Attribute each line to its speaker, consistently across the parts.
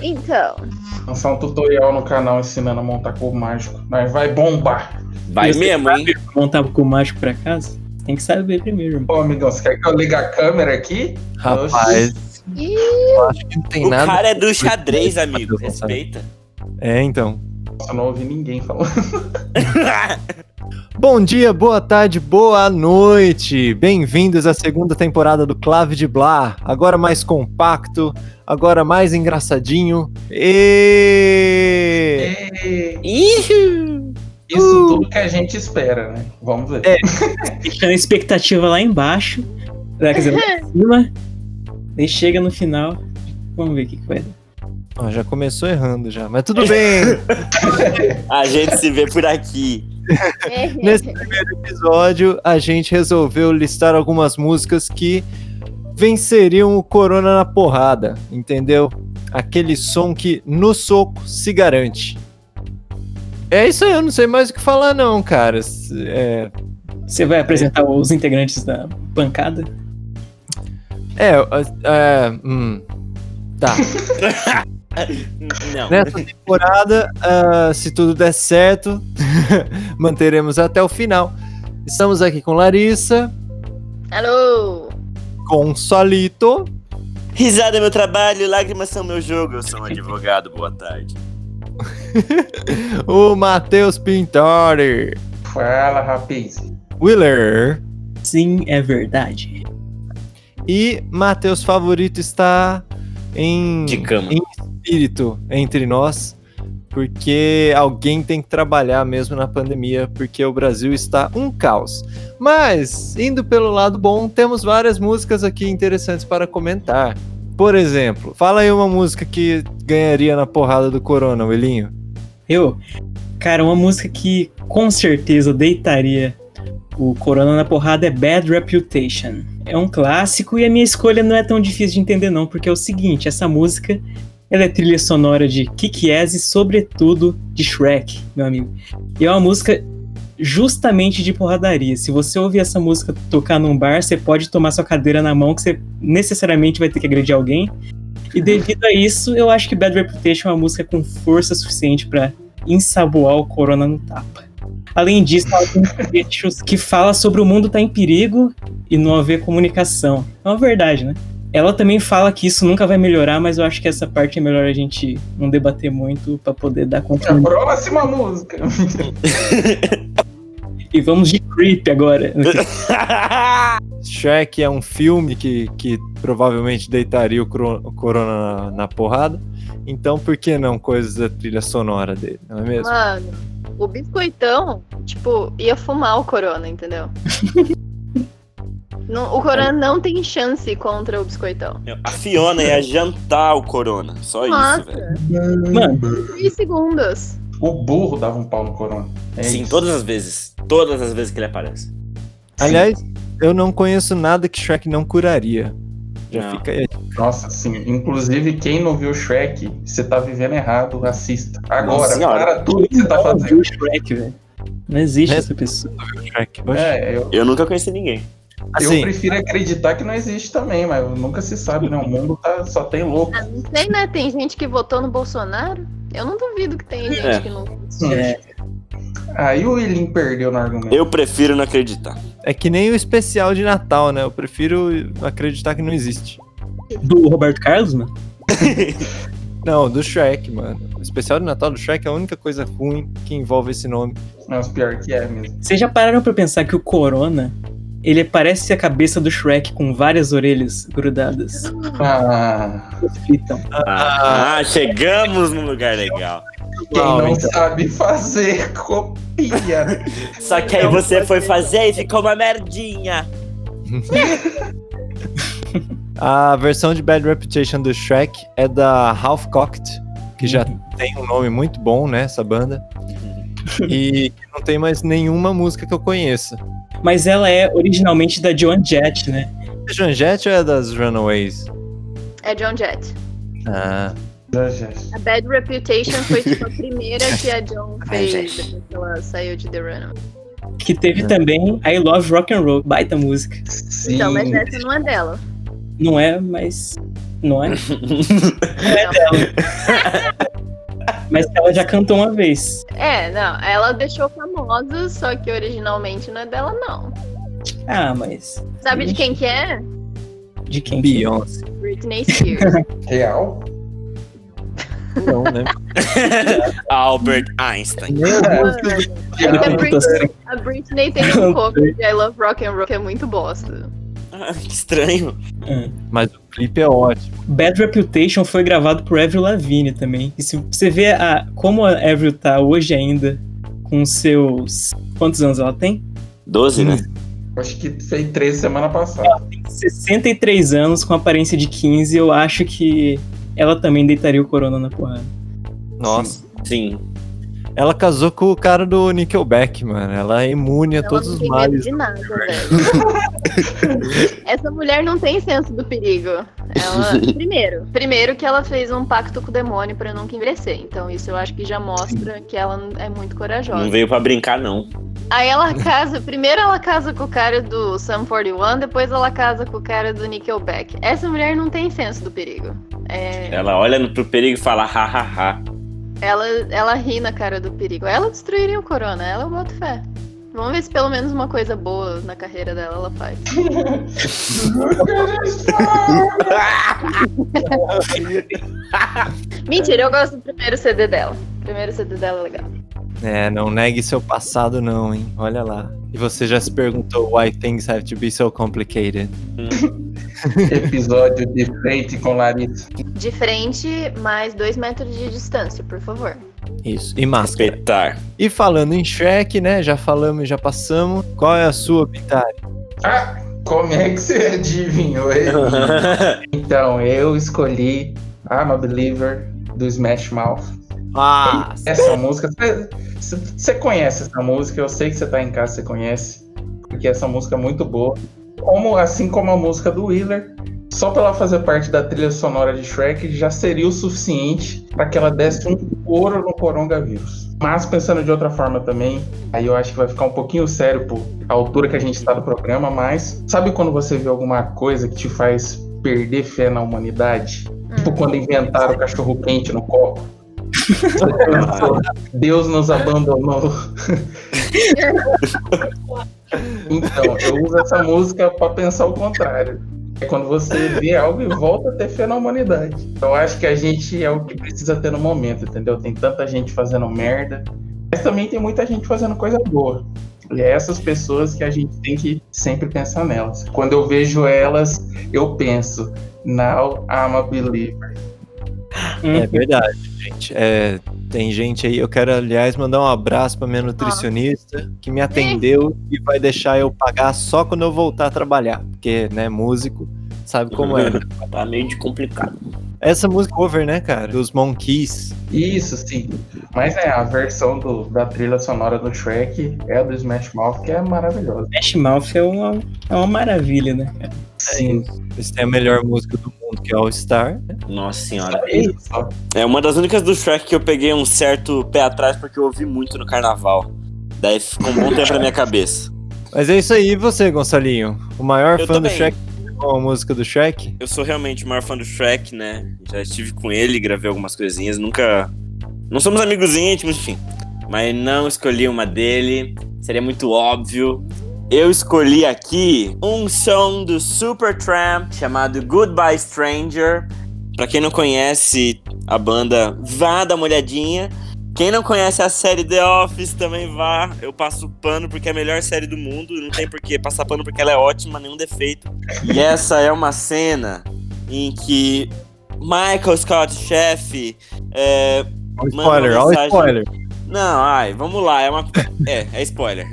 Speaker 1: Então.
Speaker 2: Lançar um tutorial no canal ensinando a montar cubo mágico. Vai, vai bombar.
Speaker 3: Vai
Speaker 4: Você
Speaker 3: mesmo, hein?
Speaker 4: sabe Montar com o mágico pra casa? Tem que saber primeiro, irmão.
Speaker 2: Ô, amigão, você quer que eu ligue a câmera aqui?
Speaker 5: Rapaz,
Speaker 1: Ih,
Speaker 5: eu acho que não tem
Speaker 3: O
Speaker 5: nada.
Speaker 3: cara é do xadrez, amigo.
Speaker 5: Deus, sabe?
Speaker 3: Respeita.
Speaker 5: É, então.
Speaker 2: Nossa, eu não ouvi ninguém falando.
Speaker 5: Bom dia, boa tarde, boa noite. Bem-vindos à segunda temporada do Clave de Blá. Agora mais compacto, agora mais engraçadinho. E...
Speaker 3: É. Ih!
Speaker 2: Isso tudo que a gente espera, né? Vamos ver.
Speaker 3: É.
Speaker 4: Deixando a expectativa lá embaixo. Quer dizer, lá em cima. E chega no final. Vamos ver o que, que vai dar.
Speaker 5: Ó, Ah, já começou errando já, mas tudo bem.
Speaker 3: A gente se vê por aqui.
Speaker 1: né?
Speaker 5: Nesse primeiro episódio, a gente resolveu listar algumas músicas que venceriam o Corona na porrada, entendeu? Aquele som que no soco se garante. É isso aí, eu não sei mais o que falar não, cara. S- É,
Speaker 4: Você vai apresentar os integrantes da bancada?
Speaker 5: É, é, hum, tá.
Speaker 3: Não.
Speaker 5: Nessa temporada, ah, se tudo der certo, manteremos até o final. Estamos aqui com Larissa,
Speaker 1: Alô?
Speaker 5: com Solito,
Speaker 3: Risada é meu trabalho, lágrimas são meu jogo. Eu sou um advogado, boa tarde.
Speaker 5: o Matheus Pintori,
Speaker 2: Fala, rapaz.
Speaker 5: Willer
Speaker 4: Sim, é verdade.
Speaker 5: e Matheus Favorito está em
Speaker 3: De cama.
Speaker 5: espírito entre nós, porque alguém tem que trabalhar mesmo na pandemia, porque o Brasil está um caos. Mas, indo pelo lado bom, temos várias músicas aqui interessantes para comentar. Por exemplo, fala aí uma música que ganharia na porrada do Corona, Willinho.
Speaker 4: Eu, cara, uma música que com certeza deitaria o Corona na porrada é Bad Reputation. É um clássico e a minha escolha não é tão difícil de entender não, porque é o seguinte, essa música ela é trilha sonora de Kikies e sobretudo de Shrek, meu amigo. E é uma música justamente de porradaria. Se você ouvir essa música tocar num bar, você pode tomar sua cadeira na mão que você necessariamente vai ter que agredir alguém. E devido a isso, eu acho que Bad Reputation é uma música com força suficiente pra ensaboar o Corona no tapa. Além disso, ela tem trechos que fala sobre o mundo estar em perigo e não haver comunicação. É uma verdade, né? Ela também fala que isso nunca vai melhorar, mas eu acho que essa parte é melhor a gente não debater muito pra poder dar
Speaker 2: A
Speaker 4: continuidade.
Speaker 2: próxima música.
Speaker 4: E vamos de creep agora.
Speaker 5: Shrek é um filme que, que provavelmente deitaria o, cro- o Corona na, na porrada. Então, por que não coisas da trilha sonora dele, não é mesmo?
Speaker 1: Mano, o biscoitão, tipo, ia fumar o corona, entendeu? Não- o corona não tem chance contra o biscoitão.
Speaker 3: A Fiona ia jantar o Corona. Só isso, velho.
Speaker 1: Nossa,
Speaker 4: Mano,
Speaker 1: 3 segundos.
Speaker 2: O burro dava um pau no corona. É
Speaker 3: Sim,
Speaker 2: isso.
Speaker 3: todas as vezes. Todas as vezes que ele aparece.
Speaker 5: Aliás, eu não conheço nada que Shrek não curaria. Já
Speaker 3: Não.
Speaker 5: fica aí.
Speaker 2: Nossa, sim. Inclusive, quem não viu Shrek, você tá vivendo errado, assista. Agora,
Speaker 3: Nossa senhora.
Speaker 2: para tudo que você tá
Speaker 4: não
Speaker 2: fazendo.
Speaker 4: viu o Shrek, velho. Não existe
Speaker 5: É.
Speaker 4: essa pessoa.
Speaker 5: Shrek.
Speaker 2: É, eu,
Speaker 3: Eu nunca conheci ninguém.
Speaker 2: eu
Speaker 5: Assim,
Speaker 2: prefiro acreditar que não existe também, mas nunca se sabe, né? O mundo tá, só tem louco.
Speaker 1: Ah, não sei, né? Tem gente que votou no Bolsonaro. Eu não duvido que tem gente
Speaker 3: É.
Speaker 1: que não.
Speaker 4: É,
Speaker 2: Aí o Elim perdeu no argumento.
Speaker 3: Eu prefiro não acreditar.
Speaker 5: é que nem o especial de Natal, né? Eu prefiro acreditar que não existe.
Speaker 4: do Roberto Carlos, mano?
Speaker 5: Não, do Shrek, mano. O especial de Natal do Shrek é a única coisa ruim que envolve esse nome.
Speaker 2: Mas pior que é mesmo.
Speaker 4: Vocês já pararam pra pensar que o Corona, ele parece a cabeça do Shrek com várias orelhas grudadas?
Speaker 2: Ah,
Speaker 4: Conflitam.
Speaker 3: Ah, chegamos num lugar legal.
Speaker 2: quem
Speaker 5: Uau,
Speaker 2: não
Speaker 5: então.
Speaker 2: sabe fazer, copia.
Speaker 3: Só que aí você foi fazer e ficou uma merdinha.
Speaker 5: A versão de Bad Reputation do Shrek é da Half Cocked, que já tem um nome muito bom, né? Essa banda. Uhum. E não tem mais nenhuma música que eu conheça.
Speaker 4: Mas ela é originalmente da Joan Jett, né?
Speaker 5: É Joan Jett ou é das Runaways?
Speaker 1: É John Jett.
Speaker 5: Ah.
Speaker 2: Já, já.
Speaker 1: A Bad Reputation foi tipo a primeira que a John
Speaker 3: Ai,
Speaker 1: fez
Speaker 3: gente.
Speaker 1: depois que ela saiu de The Runaway.
Speaker 4: Que teve também I
Speaker 5: Então,
Speaker 4: Love Rock and Roll, baita música.
Speaker 5: é
Speaker 2: Sim.
Speaker 1: Então, mas essa não é dela.
Speaker 4: Não é, mas não é?
Speaker 3: É,
Speaker 4: Mas ela já cantou uma vez.
Speaker 1: É, não, ela deixou famosa, só que originalmente não é dela, não.
Speaker 4: Ah, mas
Speaker 1: Sabe de quem que é?
Speaker 4: de quem? que- é?
Speaker 5: Beyoncé.
Speaker 1: Britney Spears.
Speaker 2: Real?
Speaker 5: Não, né?
Speaker 3: Albert Einstein.
Speaker 1: Mano,
Speaker 4: Ela
Speaker 1: É
Speaker 4: cantou
Speaker 1: Britney.
Speaker 4: assim.
Speaker 1: a Britney tem um cover de I Love Rock and Roll que é muito bosta.
Speaker 3: Ah, que estranho.
Speaker 5: Mas o clipe é ótimo.
Speaker 4: Bad Reputation foi gravado por Avril Lavigne também. E se você vê a, como a Avril tá hoje ainda, com seus... Quantos anos ela tem?
Speaker 3: 12, né?
Speaker 2: Acho que fez três semana passada.
Speaker 4: Tem 63 anos, com aparência de 15. Eu acho que ela também deitaria o Corona na porrada.
Speaker 5: Nossa.
Speaker 3: Sim.
Speaker 5: Ela casou com o cara do Nickelback, mano. Ela é imune a
Speaker 1: Ela
Speaker 5: todos
Speaker 1: não
Speaker 5: os
Speaker 1: tem medo
Speaker 5: males.
Speaker 1: de nada, velho. Essa mulher não tem senso do perigo. Ela, primeiro, primeiro que ela fez um pacto com o demônio pra nunca envelhecer. Então isso eu acho que já mostra que ela é muito corajosa.
Speaker 3: Não veio pra brincar, não.
Speaker 1: Aí ela casa, primeiro ela casa com o cara do Sam 41, depois ela casa com o cara do Nickelback. Essa mulher não tem senso do perigo. É,
Speaker 3: Ela olha no- pro perigo e fala, ha, ha, ha.
Speaker 1: ela, ela ri na cara do perigo. Ela destruiria o Corona, ela eu boto fé. Vamos ver se pelo menos uma coisa boa na carreira dela ela faz. Mentira, eu gosto do primeiro CD dela. O primeiro CD dela é legal.
Speaker 5: É, não negue seu passado, não, hein? Olha lá. E você já se perguntou why things have to be so complicated?
Speaker 2: Episódio de frente com Larissa.
Speaker 1: De frente, mais dois metros de distância, por favor.
Speaker 5: Isso. E máscara.
Speaker 3: Respeitar.
Speaker 5: E falando em Shrek, né? Já falamos, já passamos. Qual é a sua, Pitari?
Speaker 2: Ah, como é que você adivinhou ele? Então, eu escolhi I'm a Believer do Smash Mouth.
Speaker 5: Ah,
Speaker 2: Essa música, você conhece essa música, eu sei que você tá em casa, você conhece, porque essa música é muito boa. Como, assim como a música do Wheeler, só pra ela fazer parte da trilha sonora de Shrek já seria o suficiente pra que ela desse um couro no coronavírus. Mas pensando de outra forma também, aí eu acho que vai ficar um pouquinho sério por a altura que a gente tá do programa, mas sabe quando você vê alguma coisa que te faz perder fé na humanidade? Tipo quando inventaram o cachorro quente no copo. Deus nos abandonou. então, eu uso essa música pra pensar o contrário. É quando você vê algo e volta a ter fé na humanidade. Então, Eu acho que a gente é o que precisa ter no momento, entendeu? Tem tanta gente fazendo merda, mas também tem muita gente fazendo coisa boa. E é essas pessoas que a gente tem que sempre pensar nelas. Quando eu vejo elas, eu penso, now I'm a believer.
Speaker 5: É verdade, gente. É, tem gente aí. Eu quero, aliás, mandar um abraço pra minha nutricionista que me atendeu e vai deixar eu pagar só quando eu voltar a trabalhar. Porque, né, músico, sabe como é.
Speaker 3: tá meio de complicado.
Speaker 5: Essa música cover, né, cara? Dos Monkeys.
Speaker 2: Isso, sim. Mas é, a versão do- da trilha sonora do Shrek é a do Smash Mouth, que é maravilhosa.
Speaker 4: Smash Mouth é uma, é uma maravilha, né? cara?
Speaker 2: Sim.
Speaker 5: Esse é a melhor música do mundo, que é All Star. né?
Speaker 3: Nossa senhora.
Speaker 2: É isso.
Speaker 3: É uma das únicas do Shrek que eu peguei um certo pé atrás porque eu ouvi muito no carnaval. Daí ficou um bom tempo na minha cabeça.
Speaker 5: Mas é isso aí, e você, Gonçalinho? O maior
Speaker 3: Eu
Speaker 5: fã do
Speaker 3: também.
Speaker 5: Shrek com a música do Shrek?
Speaker 3: Eu sou realmente o maior fã do Shrek, né? Já estive com ele, gravei algumas coisinhas, nunca. Não somos amigos íntimos, enfim. Mas não escolhi uma dele, seria muito óbvio. Eu escolhi aqui um som do Supertramp chamado Goodbye Stranger. Pra quem não conhece a banda, vá dar uma olhadinha. Quem não conhece a série The Office também vá. Eu passo pano porque é a melhor série do mundo. Não tem por que passar pano porque ela é ótima, nenhum defeito. E essa é uma cena em que Michael Scott, chefe, é,
Speaker 5: Olha o
Speaker 3: Manda
Speaker 5: spoiler,
Speaker 3: uma
Speaker 5: olha o
Speaker 3: mensagem.
Speaker 5: spoiler.
Speaker 3: não, ai, vamos lá, é uma. É, é spoiler.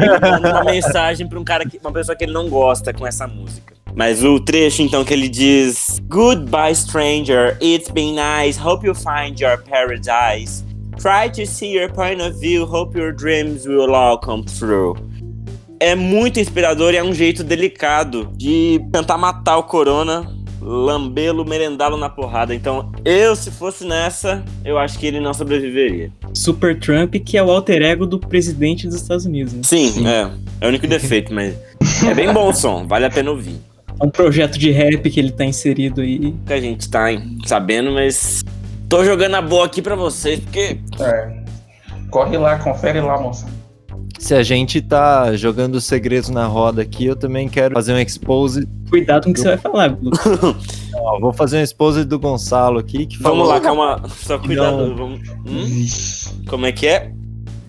Speaker 3: ele manda uma mensagem pra um cara que. Uma pessoa que ele não gosta com essa música. Mas o trecho, então, que ele diz: Goodbye, stranger. It's been nice. Hope you find your paradise. Try to see your point of view. Hope your dreams will all come true. É muito inspirador e é um jeito delicado de tentar matar o corona, lambê-lo, merendá-lo na porrada. Então, eu, se fosse nessa, eu acho que ele não sobreviveria.
Speaker 4: Super Trump, que é o alter ego do presidente dos Estados Unidos. Né?
Speaker 3: Sim, é. É o único defeito, mas é bem bom o som, vale a pena ouvir.
Speaker 4: É um projeto de rap que ele tá inserido aí.
Speaker 3: que a gente tá hein, sabendo, mas tô jogando a boa aqui pra vocês, porque
Speaker 2: É. Corre lá, confere lá, moça.
Speaker 5: Se a gente tá jogando os segredos na roda aqui, eu também quero fazer um expose.
Speaker 4: Cuidado com o que você vai falar, Lucas.
Speaker 5: Ó, vou fazer um expose do Gonçalo aqui, que falou,
Speaker 3: vamos lá, calma, só cuidado.
Speaker 5: Não.
Speaker 3: Vamos... Hum?
Speaker 2: Vixe.
Speaker 3: Como é que é?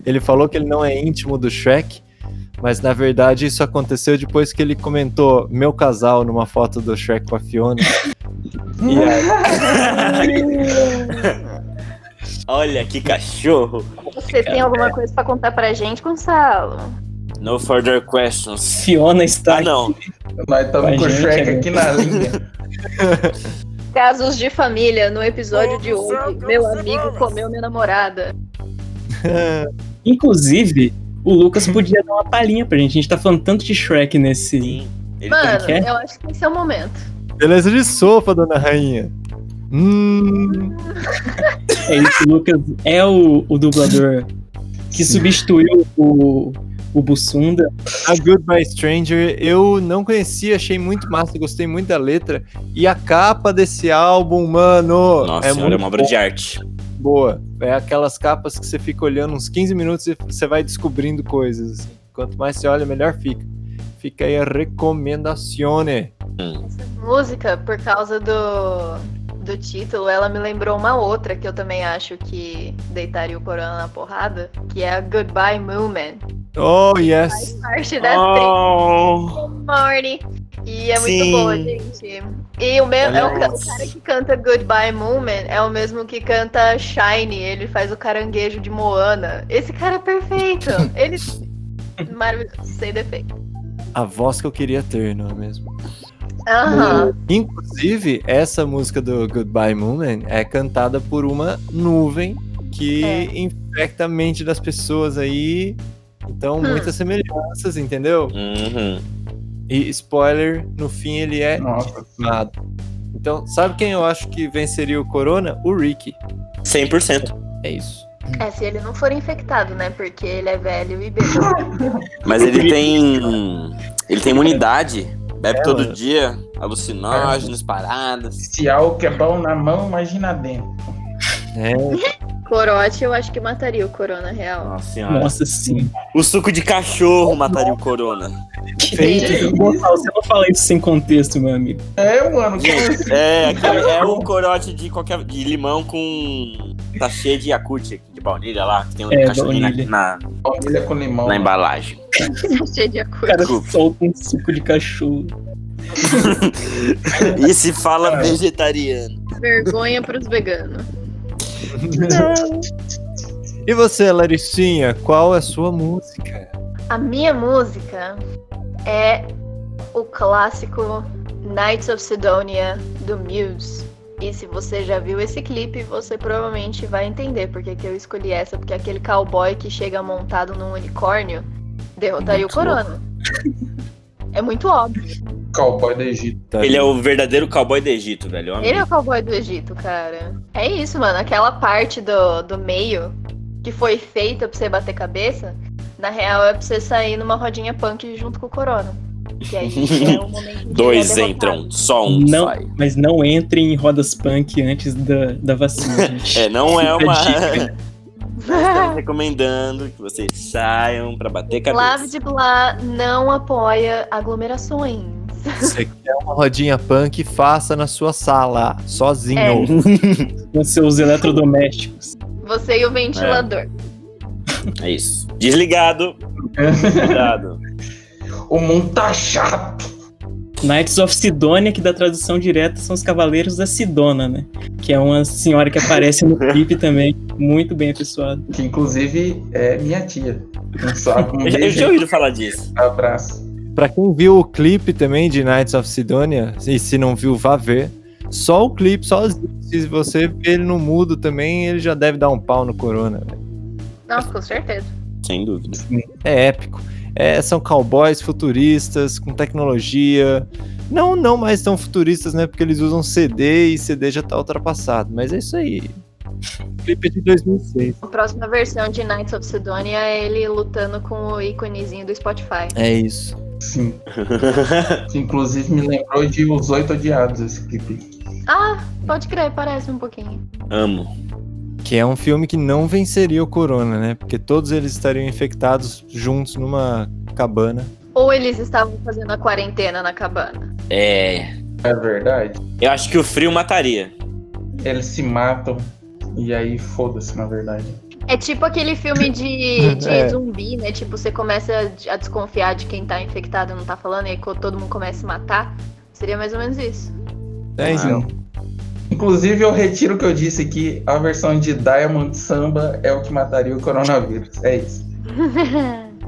Speaker 5: Ele falou que ele não é íntimo do Shrek, mas na verdade isso aconteceu depois que ele comentou meu casal numa foto do Shrek com a Fiona.
Speaker 2: E aí,
Speaker 3: Olha que cachorro.
Speaker 1: Você tem alguma coisa pra contar pra gente, Gonçalo?
Speaker 3: No further questions.
Speaker 4: Fiona está.
Speaker 3: Ah, não.
Speaker 2: nós
Speaker 4: Vai,
Speaker 2: estamos com o
Speaker 4: gente,
Speaker 2: Shrek
Speaker 4: é
Speaker 2: aqui na linha.
Speaker 1: Casos de família no episódio de hoje. Meu amigo comeu minha namorada.
Speaker 4: Inclusive, o Lucas podia dar uma palhinha pra gente. A gente tá falando tanto de Shrek nesse.
Speaker 3: Sim. Ele tá-
Speaker 1: Mano,
Speaker 4: quer?
Speaker 1: eu acho que esse é o momento.
Speaker 5: Beleza de sopa, dona rainha. Hum,
Speaker 4: É isso, o Lucas é o, o dublador que substituiu o, o Bussunda.
Speaker 5: a Goodbye Stranger eu não conhecia, achei muito massa, gostei muito da letra. E a capa desse álbum, mano,
Speaker 3: Nossa
Speaker 5: é
Speaker 3: senhora, é
Speaker 5: muito
Speaker 3: uma obra de arte.
Speaker 5: boa. É aquelas capas que você fica olhando uns 15 minutos e você vai descobrindo coisas. assim. Quanto mais você olha, melhor fica. Fica aí a recomendazione.
Speaker 1: Essa música, por causa do, do título, ela me lembrou uma outra que eu também acho que deitaria o Corona na porrada, que é a Goodbye Movement.
Speaker 5: Oh, yes.
Speaker 1: Parte das
Speaker 3: Ah.
Speaker 1: oh.
Speaker 3: Oh,
Speaker 1: Morning. E é muito
Speaker 3: Sim.
Speaker 1: boa, gente. E o mesmo é o, ca-
Speaker 3: Nossa.
Speaker 1: o cara que canta Goodbye Movement é o mesmo que canta Shine, ele faz o caranguejo de Moana. Esse cara é perfeito. Ele maravilhoso, sem defeito.
Speaker 5: A voz que eu queria ter, não é mesmo?
Speaker 1: Aham.
Speaker 5: Inclusive, essa música do Goodbye Moon é cantada por uma nuvem que
Speaker 1: É.
Speaker 5: infecta a mente das pessoas aí. Então,
Speaker 1: Hum.
Speaker 5: muitas semelhanças, entendeu?
Speaker 3: uhum.
Speaker 5: E spoiler, no fim ele é
Speaker 2: Nossa.
Speaker 5: amado. Então, sabe quem eu acho que venceria o Corona? O Rick.
Speaker 3: 100%.
Speaker 5: É isso.
Speaker 1: É, se ele não for infectado, né? Porque ele é velho e bêbado.
Speaker 3: Mas ele tem. Ele tem imunidade. Bebe
Speaker 5: É,
Speaker 3: todo
Speaker 5: mano.
Speaker 3: dia, alucinógenos, paradas.
Speaker 2: Se algo que é bom na mão, imagina dentro.
Speaker 5: É,
Speaker 1: Corote, eu acho que mataria o Corona real.
Speaker 3: Nossa senhora.
Speaker 4: Nossa, sim.
Speaker 3: O suco de cachorro mataria o corona.
Speaker 4: Feito. Gonçalo, Você não fala isso sem contexto, meu amigo.
Speaker 2: É, mano, como assim?
Speaker 3: Gente, é, aquele- é o corote de qualquer. de limão com. tá cheio de Yakut, de baunilha lá, que tem um
Speaker 4: É,
Speaker 3: cachorrinho
Speaker 4: baunilha.
Speaker 3: na, na,
Speaker 2: Baunilha com limão.
Speaker 3: na embalagem.
Speaker 1: Cheio de
Speaker 4: O
Speaker 1: acordo.
Speaker 4: cara
Speaker 3: Desculpa.
Speaker 4: solta um suco de cachorro.
Speaker 3: E se fala
Speaker 2: Cara.
Speaker 3: vegetariano.
Speaker 1: Vergonha pros veganos.
Speaker 5: E você, Laricinha, qual é a sua música?
Speaker 1: A minha música é o clássico Knights of Sidonia do Muse. E se você já viu esse clipe, você provavelmente vai entender porque que eu escolhi essa, porque aquele cowboy que chega montado num unicórnio derrotaria
Speaker 3: Muito
Speaker 1: o Corona. É muito óbvio.
Speaker 2: Cowboy do Egito.
Speaker 5: Tá
Speaker 3: Ele é o verdadeiro cowboy do Egito, velho. homem.
Speaker 1: Ele é o cowboy do Egito, cara. É isso, mano. Aquela parte do, do meio que foi feita pra você bater cabeça, na real é pra você sair numa rodinha punk junto com o Corona. Que aí é o momento em que
Speaker 3: Dois
Speaker 1: ele é derrotado.
Speaker 3: entram, só um
Speaker 4: Não,
Speaker 3: sai.
Speaker 4: mas não entrem em rodas punk antes da, da vacina, gente.
Speaker 3: É, não é
Speaker 4: Fica a
Speaker 3: uma.
Speaker 4: dica.
Speaker 3: Estamos recomendando que vocês saiam pra bater
Speaker 1: Flávio
Speaker 3: cabeça.
Speaker 1: de Blá não apoia aglomerações.
Speaker 5: Você quer uma rodinha punk, faça na sua sala, sozinho.
Speaker 1: É.
Speaker 4: Com seus eletrodomésticos.
Speaker 1: Você e o ventilador.
Speaker 3: É isso. Desligado. Cuidado.
Speaker 2: O mundo tá chato.
Speaker 4: Knights of Sidonia, que da tradução direta são os Cavaleiros da Sidona, né? Que é uma senhora que aparece no clipe também. Muito bem apessoado.
Speaker 2: Que inclusive é minha tia. Não sabe um
Speaker 3: Eu já, eu já
Speaker 2: beijo,
Speaker 3: tinha ouvido falar disso.
Speaker 2: abraço.
Speaker 3: É.
Speaker 5: Pra quem viu o clipe também de Knights of Sidonia, e se não viu, vá ver. Só o clipe, sozinho. Se você vê ele no mudo também, ele já deve dar um pau no Corona. velho.
Speaker 1: Nossa, com certeza.
Speaker 3: Sem dúvida.
Speaker 5: É épico. É, são cowboys futuristas, com tecnologia. Não, não mais tão futuristas, né? Porque eles usam CD e CD já tá ultrapassado. Mas é isso aí. O clipe é de 2006.
Speaker 1: A próxima versão de Knights of Sidonia é ele lutando com o íconezinho do Spotify.
Speaker 5: É isso.
Speaker 2: Sim. Que, Inclusive me lembrou de Os Oito Odiados, esse clipe.
Speaker 1: Ah, pode crer, parece um pouquinho.
Speaker 3: Amo.
Speaker 5: Que é um filme que não venceria o Corona, né? Porque todos eles estariam infectados juntos numa cabana.
Speaker 1: Ou eles estavam fazendo a quarentena na cabana.
Speaker 3: É.
Speaker 2: É verdade.
Speaker 3: Eu acho que o frio mataria.
Speaker 2: Eles se matam e aí foda-se, na verdade.
Speaker 1: É tipo aquele filme de, de
Speaker 5: É.
Speaker 1: zumbi, né? Tipo, você começa a, a desconfiar de quem tá infectado e não tá falando, e aí co- todo mundo começa a se matar. Seria mais ou menos isso.
Speaker 5: É, então.
Speaker 2: Ah. Inclusive, eu retiro o que eu disse que a versão de Diamond Samba é o que mataria o coronavírus. É isso.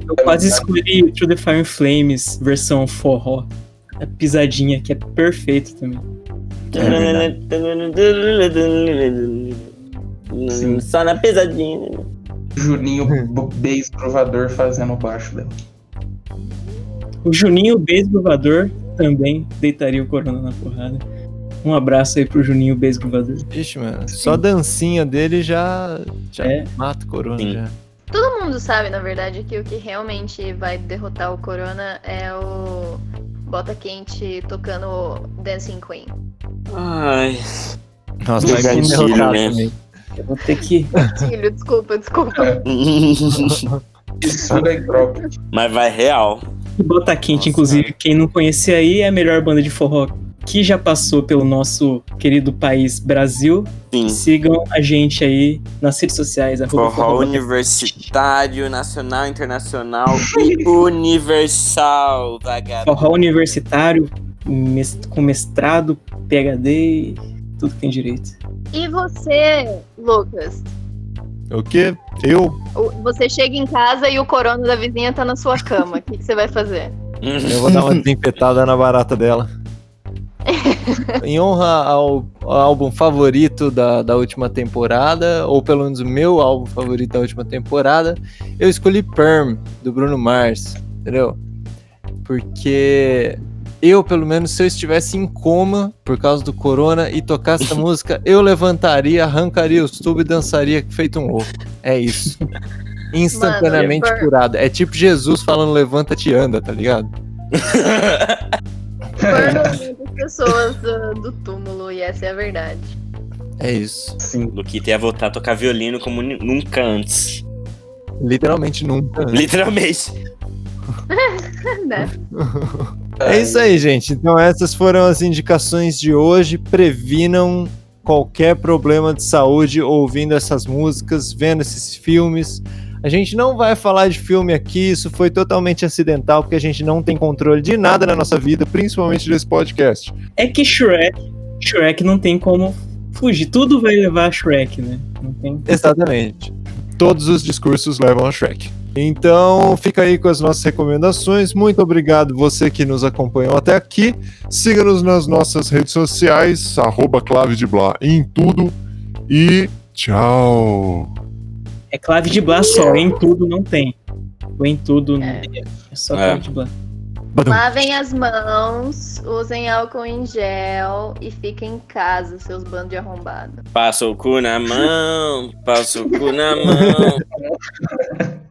Speaker 4: Eu quase escolhi Through the Fire and Flames, versão forró. A pisadinha, que é perfeito também.
Speaker 3: É
Speaker 2: Sim.
Speaker 3: Só na pesadinha.
Speaker 2: Juninho Base Provador fazendo o baixo dela.
Speaker 4: O Juninho Besgruvador também deitaria o Corona na porrada. Um abraço aí pro Juninho Besgruvador.
Speaker 5: Ixi, mano. Só a dancinha dele já, já
Speaker 4: É.
Speaker 5: mata o corona.
Speaker 3: Sim.
Speaker 5: já.
Speaker 1: Todo mundo sabe, na verdade, que o que realmente vai derrotar o corona é o Bota Quente tocando Dancing Queen.
Speaker 3: Ai.
Speaker 5: Nossa,
Speaker 3: Que
Speaker 5: mas é que
Speaker 3: gatilho,
Speaker 5: derrotado
Speaker 3: né?
Speaker 5: também.
Speaker 4: Eu vou ter que.
Speaker 1: Filho, desculpa, desculpa.
Speaker 2: Fissura e croque.
Speaker 3: Mas vai real.
Speaker 4: E Bota Quente,
Speaker 5: Nossa.
Speaker 4: inclusive, quem não conhecia aí é a melhor banda de forró que já passou pelo nosso querido país Brasil.
Speaker 3: Sim.
Speaker 4: Sigam a gente aí nas redes sociais. arroba
Speaker 3: Forró
Speaker 4: forró.
Speaker 3: universitário, nacional, internacional e universal, vagabundo.
Speaker 4: Forró universitário, mes- com mestrado, PHD, tudo que tem direito.
Speaker 1: E você, Lucas?
Speaker 5: O quê? Eu?
Speaker 1: O- Você chega em casa e o corona da vizinha tá na sua cama. O que, que você vai fazer?
Speaker 3: Uhum.
Speaker 5: Eu vou dar uma desempetada na barata dela. em honra ao, ao álbum favorito da, da última temporada, ou pelo menos o meu álbum favorito da última temporada, eu escolhi Perm, do Bruno Mars, entendeu? Porque eu, pelo menos, se eu estivesse em coma por causa do corona e tocasse essa música, eu levantaria, arrancaria os tubos e dançaria feito um ovo. É isso. Instantaneamente
Speaker 1: Perm.
Speaker 5: curado. É tipo Jesus falando levanta-te e anda, tá ligado?
Speaker 1: Corno as pessoas do, do túmulo, e essa é a verdade.
Speaker 5: É isso.
Speaker 2: Sim.
Speaker 3: Luquita ia voltar a tocar violino como ni- nunca antes.
Speaker 5: Literalmente nunca.
Speaker 3: Literalmente.
Speaker 1: Né?
Speaker 5: É isso aí, gente. Então essas foram as indicações de hoje. Previnam qualquer problema de saúde ouvindo essas músicas, vendo esses filmes. A gente não vai falar de filme aqui, isso foi totalmente acidental, porque a gente não tem controle de nada na nossa vida, principalmente desse podcast.
Speaker 4: É que Shrek, Shrek não tem como fugir. Tudo vai levar a Shrek, né? Não tem.
Speaker 5: Exatamente. Todos os discursos levam a Shrek. Então, fica aí com as nossas recomendações. Muito obrigado você que nos acompanhou até aqui. Siga-nos nas nossas redes sociais, arroba clave de blá em tudo. E tchau!
Speaker 4: É clave de blá só, em tudo não tem. O em tudo não- é, só
Speaker 3: É.
Speaker 4: clave de blá.
Speaker 1: Lavem as mãos, usem álcool em gel e fiquem em casa, seus bandos de arrombado.
Speaker 3: Passa o cu na mão, passa o cu na mão.